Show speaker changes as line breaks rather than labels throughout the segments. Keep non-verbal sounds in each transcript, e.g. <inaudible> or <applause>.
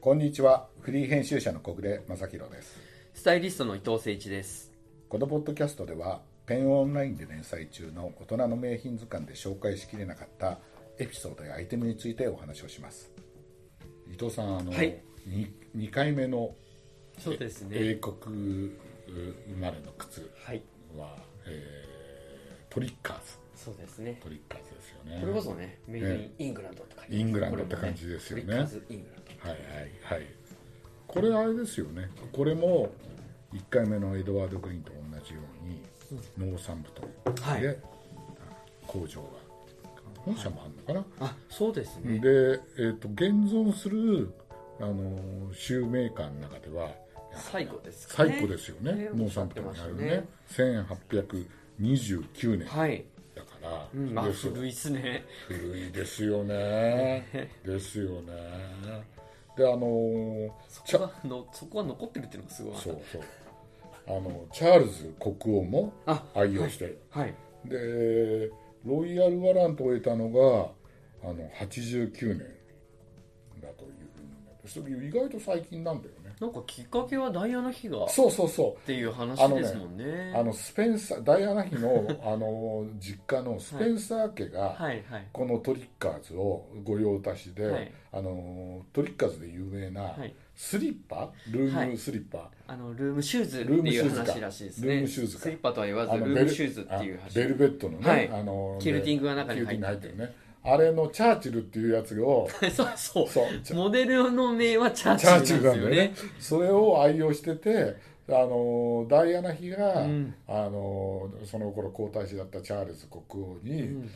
こんにちはフリー編集者の小暮正弘です
スタイリストの伊藤誠一です。
このポッドキャストではペンオンラインで連載中の大人の名品図鑑で紹介しきれなかったエピソードやアイテムについてお話をします伊藤さんあの、
はい
に 2, 回目の
そうです
英
ね。
国生まれの靴
はい。
は、えートリッカーズ
そうですね。
トリッカーズですよね
これこそね、メイドインイングランドって感じ。
イングランドって感じですよね
これもトリッカーズイングランド。
はいはいはいこれあれですよねこれも1回目のエドワード・グリーンと同じように農産部と
はい
で、工場が本社もあるのかな、
あ、そうですね。
で、えー、と現存するあのーシューメーカーの中では
最後ですかね。
最古ですよね
ね
農産部にあるね
おっしゃって
1829年
はい。
だから、
うん、まあ
ですよ
古いっすね。
古いですよねですよねであのー
そこはあのそこは残ってるっていうのがすごい。
そうそうあのチャールズ国王も
あ
愛用してる、
はい。
でロイヤルワラントを得たのがあの89年だというふうに意外と最近なんだよね
なんかきっかけはダイアナ妃がっ
そうそうそう
ていう話
あのね
ですもんね。
あのスペンサーダイアナ妃
<laughs>
のあの実家のスペンサー家が
はいはい。
このトリッカーズを御用達で、
はい
あのトリッカーズで有名な
はい
スリッパルームスリッパ、
あのルームシューズって
ルームシ
い
ュー
う
ズか
話らしいですね。
ルームシューズか
スリッパとは言わず
あ
ル
の
ームシューズっていう
ベル
話。
あベルベットのね、
はい
あの
キルティングが中
キ
に
ルティング
入
入っ
っててて
るねあれのチャーチルっていうやつを
<laughs> そうそう。
そうチャ
モデルの名はチャーチ
チ
ル
ャ
な
ーチルなん
んで
だ
すよ
よね
ね。
それを愛用しててあのダイアナ妃が、
うん
あのその頃皇太子だったチャールズ国王
う
に
ん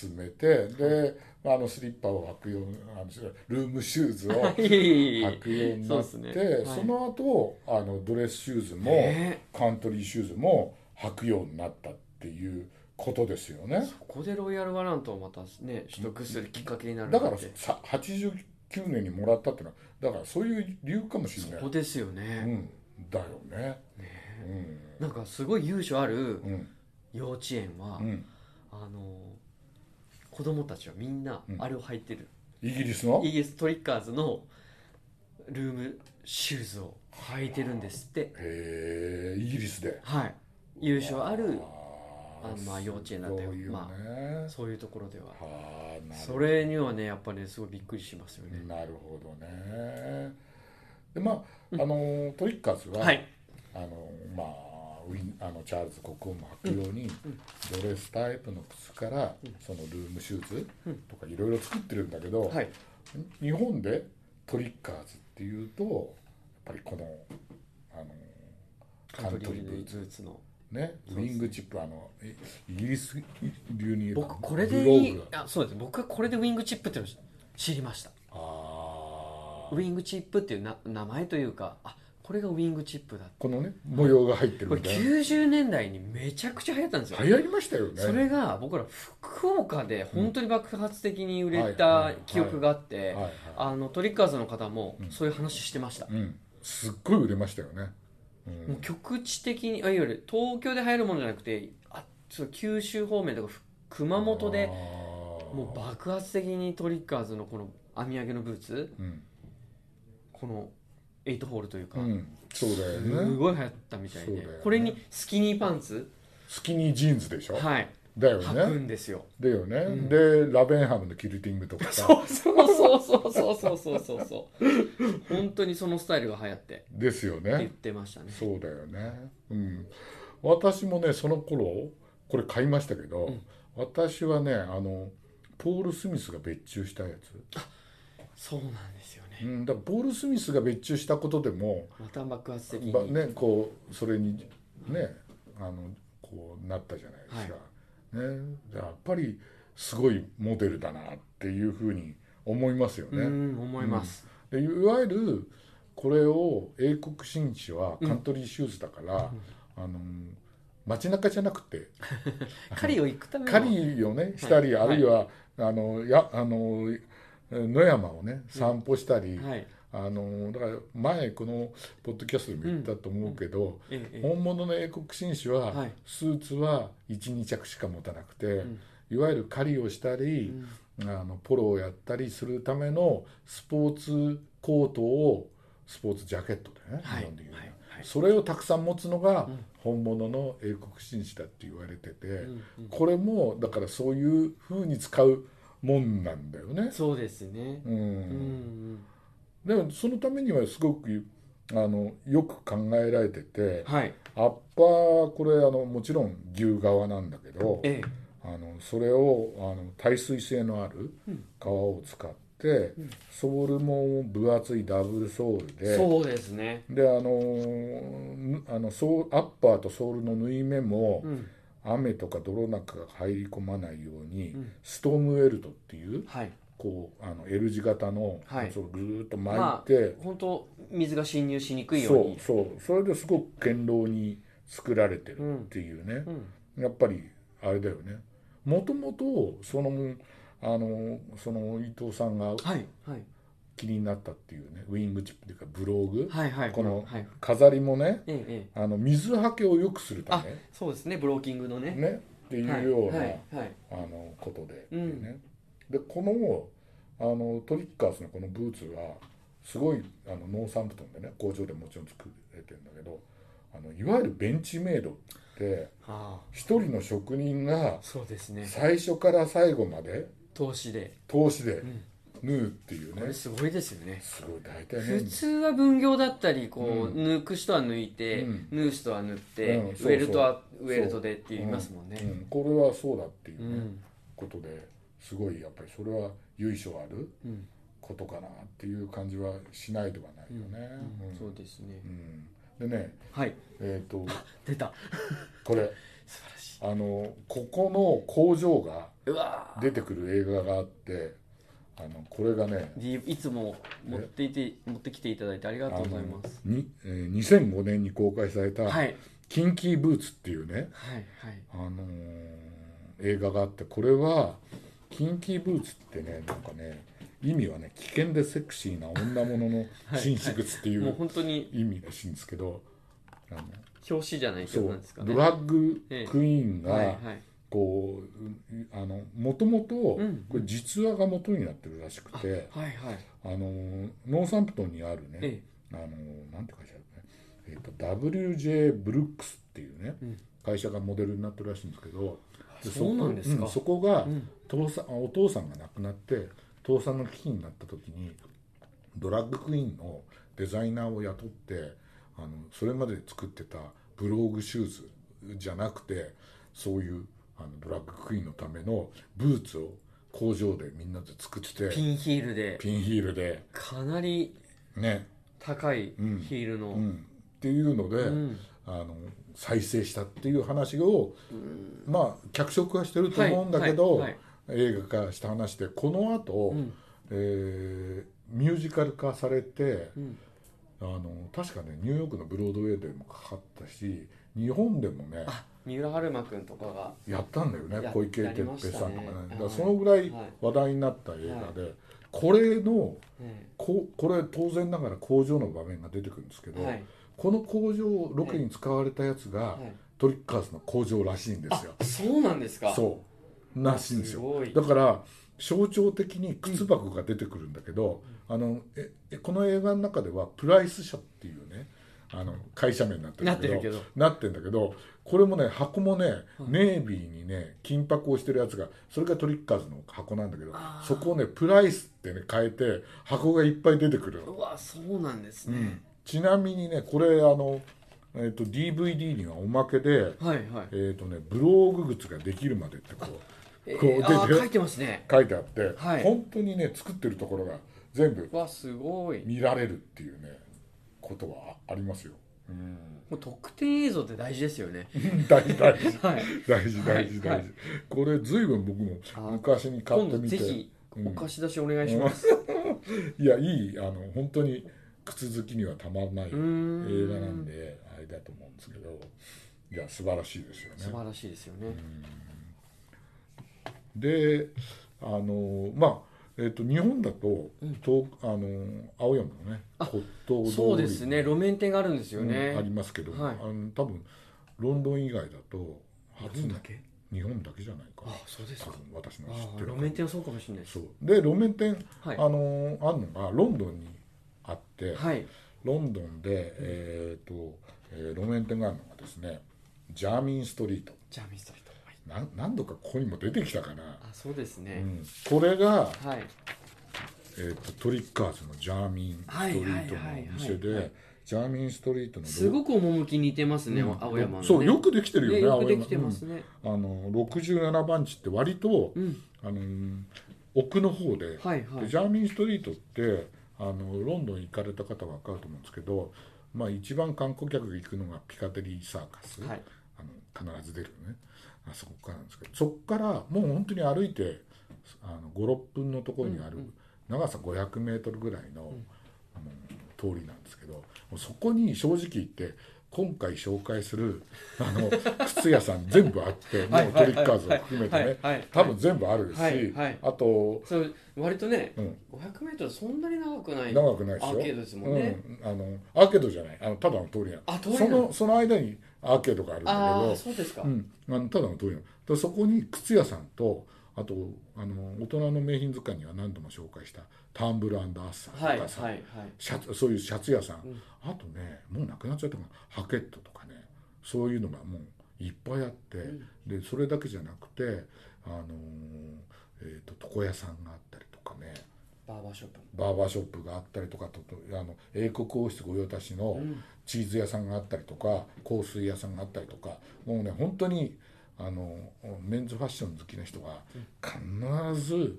勧めて、であのスリッパを履くようあのルームシューズを履くようになって
そ
そ,、
うですねはい
の後あのドレスシューズも、
ね
カントリーシューズも履くようになったっていうことですよね。
ここでロイヤルワラントをまたね取得するきっかけになる
だから
なんて
さ89年にもらったってのはだからそういう理由かもし
そ
れな
こ
い、
ですよ
う
ね、
ん、だよね
なんかすごい由緒ある
うんうん
幼稚園は、
うん
あの子供たちはみんな
うん
あれを履いてる、
イギリスの
イギリストリッカーズのルームシューズを履いてるんですって
へえイギリスで
はい優勝ある
あ
あまあ幼稚園なんだよま
あ
そういうところでは
はあなる
それにはねやっぱねすごいびっくりしますよね、
なるほどねでまああのトリッカーズは、
はい
あのまあウィンあのチャールズ国王も履くように、ドレスタイプの靴から、そのルームシューズとかいろいろ作ってるんだけど、
はい
日本でトリッカーズっていうとやっぱりこのあの
カ
カ
ン
ン
ト
ト
リ
リ
ー
ーブ
ブー
ー
ツーツの
ね
そう
ウ
で
ィ
すね
ングチップあのイイギリス流に
僕これで
グローブが
あそうです僕はこれでウィングチップっていうのを知りました
あ
ウ
ー
ィングチップっていうな名前というかあこれがウィングチップだ
このね模様が入ってる
これ
みたいな
90年代にめちゃくちゃ流行ったんですよ、
流行りましたよね
それが僕ら福岡で本当に爆発的に売れ
うんは
た
い
記憶があって
はいはい
あのトリッカーズの方もそういう話してました、
うんすっごい売れましたよね、うん
もう局地的にあいわゆる東京で流行るものじゃなくてあそう九州方面とかふ熊本
あ
で
ー
もう爆発的にトリッカーズのこの編み上げのブーツ
うん、
この8ホールというか、
うん、そうだよ
す
ね
ごい流行ったみたいで、
そうだよね
これにスキニーパンツ、
スキニージーンズでしょ、
はい、
だよ
履く
ね
んですよ。
だよね、でラベンハムのキルティングとかさ
そうそうそうそうそうそうそうそう。本当にそのスタイルが流行ってって
ですよ
言っ
ね
てましたね。
そうだよねうん私もねその頃これ買いましたけど、私はねあのポール・スミスが別注したやつ、
そうなんですよね。
うん、だからポール・スミスが別注したことでも、
また爆発的に。
ばねこうそれにねあのこうなったじゃないですか、ねやっぱりすごいモデルだなっていうふうに思いますよ
う
ね、
ん、思います。
でいわゆるこれを英国紳士はカントリーシューズだから、あの街中じゃなくて
狩りを行くための。
狩りをねしたり、
はい
あるいは、あのやあの野山をね散歩したり、
はい。
あのだから前このポッドキャストでも言ったと思うけど、
えええ
本物の英国紳士は、
はい
スーツは12着しか持たなくて、いわゆる狩りをしたり、あのポロをやったりするためのスポーツコートをスポーツジャケットでね、
はい
日本でいう、
はいはい
それをたくさん持つのが
うん
本物の英国紳士だって言われてて、
うんうん
これもだからそういう風に使うもんなんだよね。
そうですね
うん
うん
でもそのためにはすごくあのよく考えられて
う
て
んはい
アッパーこれあのもちろん牛革なんだけど
ええ
あのそれをあの耐水性のある
うん
革を使って、ソールも分厚いダブルソールで。
そうですね
であのぬあのソーアッパーとソールの縫い目も、
うん
雨とか泥なんかが入り込まないように、
うん
ストームウェルトっていう
はい
こうあの L 字型の
はい
やつをぐーっと
ま
巻
あ
いて、
本当水が侵入しにくいよう
そ
に
うそうそれですごく堅牢に作られてるっていうね、
うん
やっぱりあれだよねもともとそのあのその伊藤さんが
はいはい
気になったっていうねウイングチップっていうかブログ、
はいはい
この
はい
飾りもね
ええええ
あの水はけを良くするた
あ
め
そうですねブローキングのね
ね、って
はい
いうような、
はいはい
あのことで、
うん
ね、でこのあのトリッカーズのこのブーツはすごいあのノーサンプトンでね工場でもちろん作れてるんだけどあのいわゆるベンチメイドって
あ
一人の職人が
あそうですね
最初から最後まで
投資で
通しで
ん
縫うっていう
こ
ね、
れすごいですよね
すごい大体
普
ね
通は分業だったりこう、
う
抜く人は抜いて、
うん
縫う人は縫って、
うんそうそう
ウェルトはウェルトでって言いますもんね
うん、これはそうだっていうう、
ん、う
ね
ん
ことですごいやっぱりそれは由緒あることかなっていう感じはしないではないよね。うん
そうですね
うんでね
はい
えっ、と
出た
これ
素晴らしい
あのここの工場が
うわー
出てくる映画があってあのこれがね
D- いつも持っていて持ってきていただいてありがとうございます
あのに、えー2005年に公開された
はい
「キンキーブーツ」っていうね、
はいはい
あのー映画があってこれは「キンキーブーツ」ってねなんかね意味はね危険でセクシーな女物の
はい
紳士靴ってい
も
う
う本当に
意味らしいんですけど、あの
表紙じゃないけ
そ
どなんですか
う
ね
ドラッグクイーンが、
はいはい
こううあのもともとこ
うん
れ実話が元になってるらしく
あはい
て、
はい
あのノーサンプトンにあるね、
え
あのなんて会社だね、えっと WJ ブルックスっていうね、
うん
会社がモデルになってるらしいんですけど
あそうなんですか
そこが、
うん
父さんお父さんが亡くなって倒産の危機になった時にドラッグクイーンのデザイナーを雇ってあのそれまで作ってたブローグシューズじゃなくてそういうあのドラッグクイーンのためのブーツを工場でみんなで作ってて
ピンヒールで
ピンヒールで
かなり
ね、
高い
うん
ヒールの、
うん、っていうので、
ん
あの再生したっていう話を、まあ脚色はしてると思うんだけど、
はい
映画化した話でこの後、
うん
えーミュージカル化されて
うん
あの確かねニューヨークのブロードウェイでもかかったし日本でもね
あ三浦春馬くんとかが
やったんだよね
や
小池
やり
徹
ま
平
した
さんと
ね
かね
はい
だからそのぐらい
はい
話題になった映画で、これの
ね
ここれ当然ながら工場の場面が出てくるんですけど、
はい
この工場ロケに使われたやつが、
はい
トリッカーズの工場らしいんですよ
あそうなんですか
そうらしいんです
す
よ
ごい
だから象徴的に靴箱が出てくるんだけど、あのええこの映画の中ではプライス社っていうねあの会社名になってるんだけど
なってるけど
なってんだけどこれもね箱もね、ネイビーにね金箔をしてるやつがそれがトリッカーズの箱なんだけど
あー
そこをねプライスってね変えて箱がいっぱい出てくるの
うわそうなんですね、
ちなみにねこれあの、えっと DVD にはおまけで、
はいはい
えっとね、ブローグ靴ができるまでってこう
え
こう
ー、あ
出
ー
て
書いてますね
書いてあって、
はい
本当にね作ってるところが全部
わすごい
見られるっていうねことはありますよ。うん
もう特典映像って大事ですよね
<laughs> 大事大事
<laughs> はい
大事大事大事、
はいはい
これ随分僕も昔に買っ
今
て
度
み
ぜ
て
ひ
うん
お貸し出しお願いします、
<laughs> いやいいあの本当に靴好きにはたまらない映画
ん
なんであれだと思うんですけどいや素晴らしいですよね
素。晴らしいですよね、
であのまあえっと日本だと、とあの青山のね骨董通り
そうですね路面店があるんですよね、
うんありますけど、
はい
あの多分ロンドン以外だと初
日本
の
だけ
日本だけじゃないかな
あそうです
多
か
分私の
あ
知っ
あ
てる
路面店はそうかもしれないです
そうで路面店、
はい
あのあるのがロンドンにって、
はい
ロンドンで、えーとえー路面店があるのがですねジャーミンストリート
じゃあミストリートはい
なん何度かここにも出てきたかな、
あそうです
う
ね、
ん、これが、
はい
えー、とトリッカーズのジャーミンストリートのお店
はいはいはいは
で
い
ジャーミンストリートの
すごく趣似てますね、
うん
青山の、ね、
そうよくできてるよね
ねよ
青
く
山
できてますね、
うんあの67番地って割と、
うん
あのー奥の方で,で、
はいはい
ジャーミンストリートってあのロンドン行かれた方は分かると思うんですけど、まあ、一番観光客が行くのがピカデリーサーカス、
はい
あの必ず出るねあそこからなんですけどそこからもう本当に歩いて56分のところにある、
うんうん
長さ5 0 0ルぐらいの,、あの通りなんですけどもうそこに正直言って今回紹介するあの靴屋さん全部あっても
<laughs> はいは
う
い
トリッカーズを含めて
はいはいは
ね
い
多分全部あるし、
はいはい
あと、
そう割とね、
うん、
500m そんなに長くない
長くないです
ア
よ
ーケードですもんね、
うん、あのアーケードじゃないあのただの通りなの
あ通りな
そ
の
のその間にアーケードがあるんだけ
あ
ど
あそうですか、
うん、あのただの通りなのでそこに靴屋さんとあとあの大人の名品図鑑には何度も紹介したタンブルアーサー
はい
とか
はい
さ、
はい
シャツそういうシャツ屋さん、
うん
あとねもうなくなっちゃったかなハケットとかねそういうのがもういっぱいあって、でそれだけじゃなくて、あのーえー、と床屋さんがあったりとかね
バーバーショップも
バーバーショップがあったりとかととあの英国王室御用達の
うん
チーズ屋さんがあったりとか香水屋さんがあったりとかもうね本当にあのメンズファッション好きな人が必ず、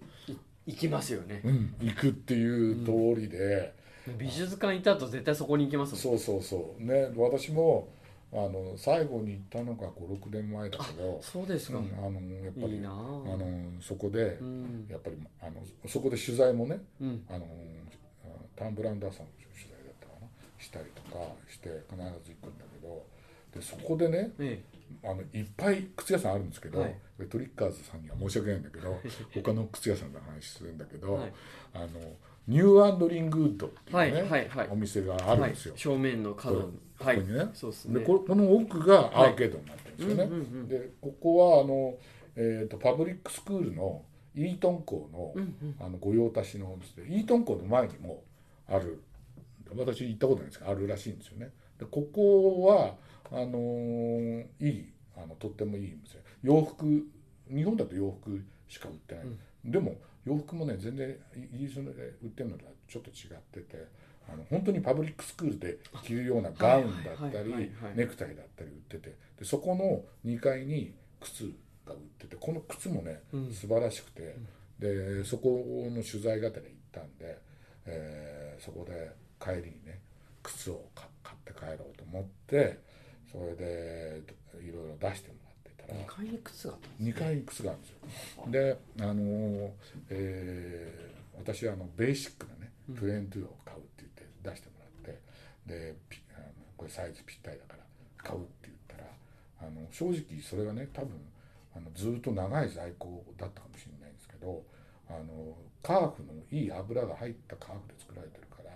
行きますよね
うん、行くっていう通りで、
美術館行った後絶対そこに行きますもん
そうそうそうね私もあの最後に行ったのが56年前だけど、
そうです
う
か、
んあのやっぱり
いいな
あ
ぁ
のそこで、
うん
やっぱりあのそこで取材もね
うん
あのタンブランダーさんの取材だったかなしたりとかして必ず行くんだけどでそこでね
え
あのいっぱい靴屋さんあるんですけど、
はい
でトリッカーズさんには申し訳ないんだけ
<laughs>
ど他の靴屋さんの話するんだけど、
はい
あのニューアンドリングウッドっていうね、
はいはいはい
お店が
え
あるんですよ。
正面の角
こ
に
こ
はい
ここにね
そうですね
でここの奥がアーケードになってるんですよね。
はいうんうんうん
でここはあの、えー、とパブリックスクールのイートン校の,、あの御用達のお店でイートン校の前にもある私行ったことないんですけどあるらしいんですよね。でここはあのーいいあのとってもいい店洋服日本だと洋服しか売ってない、でも洋服もね全然イイギリスで売ってるのとはちょっと違っててあの本当にパブリックスクールで着るようなガウンだったり
はいはいはいはい
ネクタイだったり売っててでそこの2階に靴が売っててこの靴もね、
うん
素晴らしくて、でそこの取材がてら行ったんで、えーそこで帰りにね靴をか買って帰ろうと思ってそれでいろいろ出してもらってたら
2階に靴があったんです
2階に靴があるんですよであのーえー私はあのベーシックなねプレーントゥーを買うって言って出してもらってでピあのこれサイズぴったりだから買うって言ったらあの正直それがね多分あのずっと長い在庫だったかもしれないんですけどあのカーフのいい油が入ったカーフで作られてるから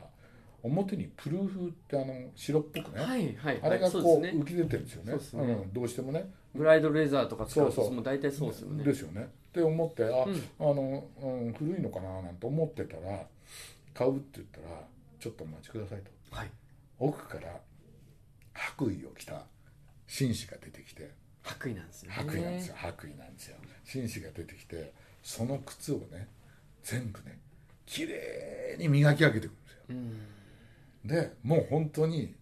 表にプルーフってあの白っぽくね、
はいはい
あれが
そう
こう
ですね
浮き出てるんですよね
そうですね
うん、どうしてもね
ブライドレザーとか使う
そうそう
もう大体そうですよね
ですよね。って思ってあ、
うん
あの、うん、古いのかななんて思ってたら買うって言ったら「ちょっとお待ちください」と
はい
奥から白衣を着た紳士が出てきて
白衣なんですよね
白衣なんですよ白衣なんですよ紳士が出てきてその靴をね全部ね綺麗に磨き上げてくるんですよ。
うん
でもう本当に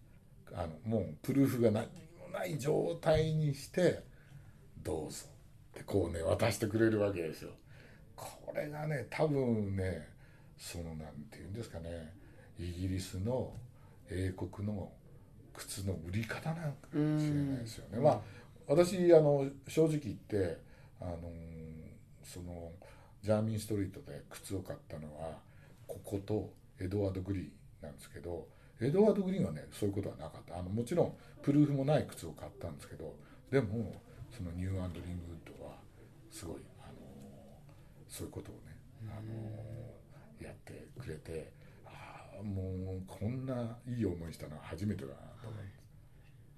あのもうプルーフが何にもない状態にしてどうぞってこうね渡してくれるわけですよこれがね多分ねそのなんていうんですかねイギリスの英国の靴の売り方なんかもしれないですよねまあ私あの正直言ってあのそのジャーミンストリートで靴を買ったのはこことエドワード・グリーンなんですけどエドワード・グリーンはねそういうことはなかったあのもちろんプルーフもない靴を買ったんですけどでもそのニューアンドリングウッドはすごいあのそういうことをね、あのやってくれてああもうこんないい思いしたのは初めてだなと思って、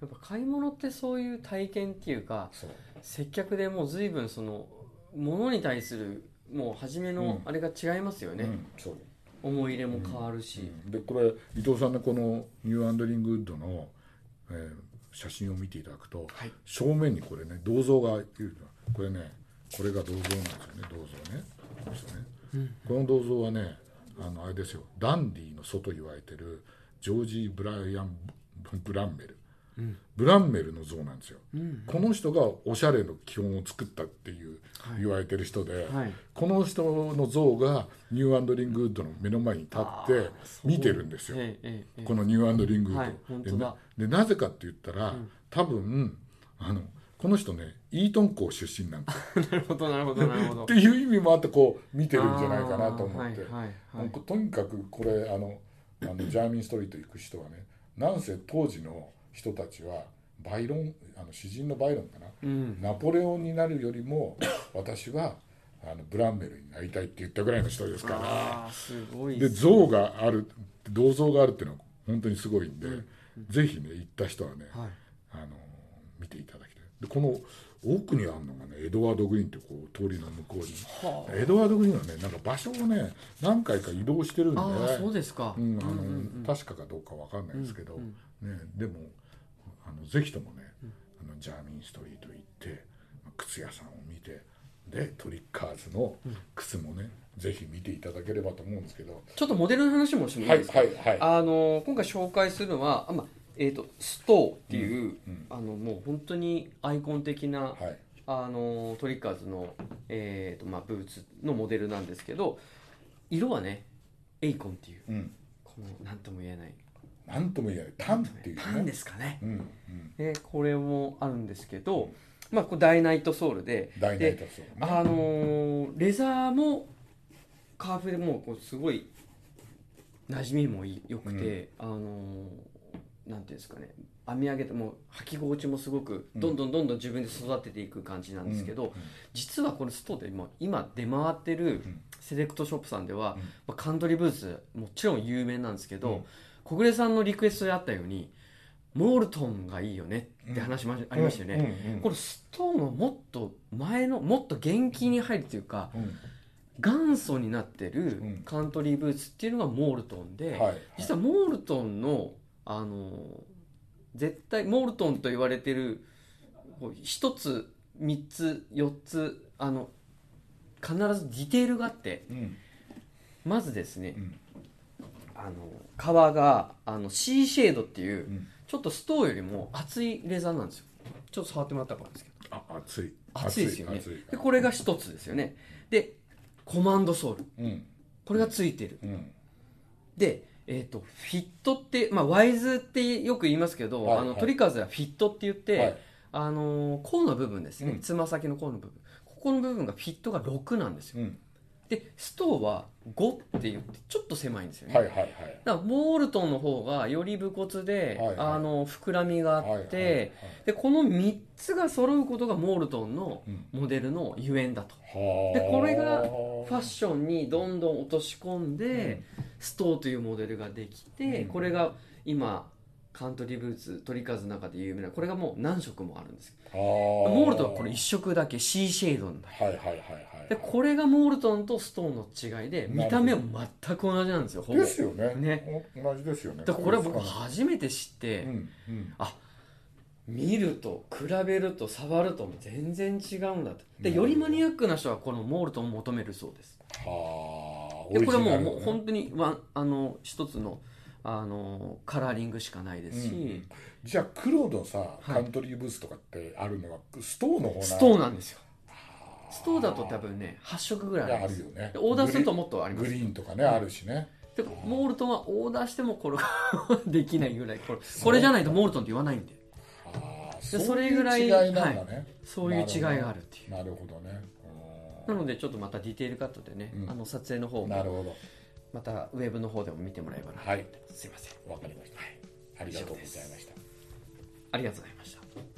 やっぱ買い物ってそういう体験っていうか
そう
接客でもう随分その物に対するもう初めの
うん
あれが違いますよね、
うん、そう
思い入れも変わるし、
うんでこれ伊藤さんのこのニューアンドリングウッドの、えー写真を見ていただくと、
はい
正面にこれね銅像がいるこれねこれが銅像なんですよね銅像ねこの人ねこの銅像はねあのあれですよダンディの祖と言われてるジョージ・ブライアン・ブランメル、ブランメルの像なんですよ、この人がおしゃれの基本を作ったっていう、言われてる人で、
はい
この人の像がニューアンドリングウッドの目の前に立って見てるんですよ、
ええええええ
このニューアンドリングウッド、
はい本
で
当だ
なでなぜかって言ったら、多分あのこの人ねイートン校出身なんですよ
なるほどなるほどなるほど
っていう意味もあってこう見てるんじゃないかなと思って、
あーはいはいは
もう
い
こ、とにかくこれあのあのジャーミンストリート行く人はねなんせ当時の人たちはバイロンあの詩人のバイロンかな、
うん、
ナポレオンになるよりも私はあのブランメルになりたいって言ったぐらいの人ですから
あーすごい
で
っす
像がある銅像があるっていうのは本当にすごいんで、ぜひね行った人はね、
はい
あの見ていただきたいでこの奥にあるのがねエドワード・グリーンってこう通りの向こうに
は
エドワード・グリーンはねなんか場所をね何回か移動してるんで
ああそうですか、
うんあの確かかどうかわかんないですけど、ね、でもあのぜひともね、あのジャーミンストリート行って靴屋さんを見てでトリッカーズの靴もね、ぜひ見ていただければと思うんですけど、
ちょっとモデルの話もしてもいい
は
で
い
すか、
はいはい
あの今回紹介するのは、あまあえー、とストーっていう、あのもう本当にアイコン的な、
はい
あのトリッカーズの、えーとまあ、ブーツのモデルなんですけど色はねエイコンっていう
うん、
この何とも言えない
なんとも言えないタンっていう
パン
ね
ですかね
うんうん、
でこれもあるんですけど、まあ、これダイナイトソウルで
ダイナイト
で
そう、ね、
あのーレザーもカーフでもうこうすごい馴染みもいいよくて、あのーなんていうんですかね編み上げてもう履き心地もすごくどんどんどんどん自分で育てていく感じなんですけど、実はこのストーで今今出回ってるセレクトショップさんでは、まあ、カントリーブーツもちろん有名なんですけど、小暮さんのリクエストであったようにモールトンがいいよねって話もあありましたよね、
うんうん
これストーンはもっと前のもっと元気に入るというか
うん
元祖になってる
うん
カントリーブーツっていうのがモールトンで、
はい
実はモールトンのあの絶対モールトンと言われてるこう一つ三つ四つあの必ずディテールがあって
うん
まずですね、
うん
あの革があのシーシェードっていう、
うん
ちょっとストーンよりも厚いレザーなんですよちょっと触ってもらったら分かるんですけど
あ熱い
熱いですよね
熱い
でこれが一つですよねでコマンドソール
うん
これがついてる
うん
でえー、とフィットって、まあ、ワイズってよく言いますけど、
はい
あの
はい
トリカーズはフィットって言って、
はい
あのー甲の部分ですね
うん
つま、先の甲の部分ここの部分がフィットが6なんですよ
うん
でストーは5って言ってちょっと狭いんですよね、
はいはいはい
だからモールトンの方がより武骨で、
はいはい
あの膨らみがあって、
はいはいはい
でこの3つが揃うことがモールトンの
うん
モデルのゆえんだと、
はあ
でこれがファッションにどんどん落とし込んで、ストーというモデルができて、
うん
これが今カントリーブーツ鳥風の中で有名なこれがもう何色もあるんです
あー
モールトンはこれ1色だけシーシェードなんだ
はいはいはいはい
でこれがモールトンとストーンの違いで見た目は全く同じなんですよほぼ
ですよね
ね
お同じですよね
だからこれは僕
そうですか
初めて知って、
うんうん
見ると比べると触るとも全然違うんだと
なるほど
でよりマニアックな人はこのモールトンを求めるそうです
はあ
でこれはもうも
オリジ
う
ナルのね
本当にワンあの一つのあのカラーリングしかないですし、
うんじゃあ黒のさ
い
カントリーブースとかってあるのはストーの方な
ストーンなんですよストーンだと多分ね8色ぐらいあ
が
り
あ
ます
るよね
でオーダーするともっとありま
グ
す
リーンとかねあるしね
でモールトンはオーダーしてもこれが <laughs> できないぐらいこれこれじゃないとモールトンって言わないんで
ああ
でそれぐらい
違いなんだね
そういう違いがあるっていう
なるほどね
なのでちょっとまたディテールカットでね、
うん
あの撮影の方
うんなる
も
ほど
またウェブの方でも見てもらえばな
はい
すいません
わかりましたありがとうございました
ありがとうございました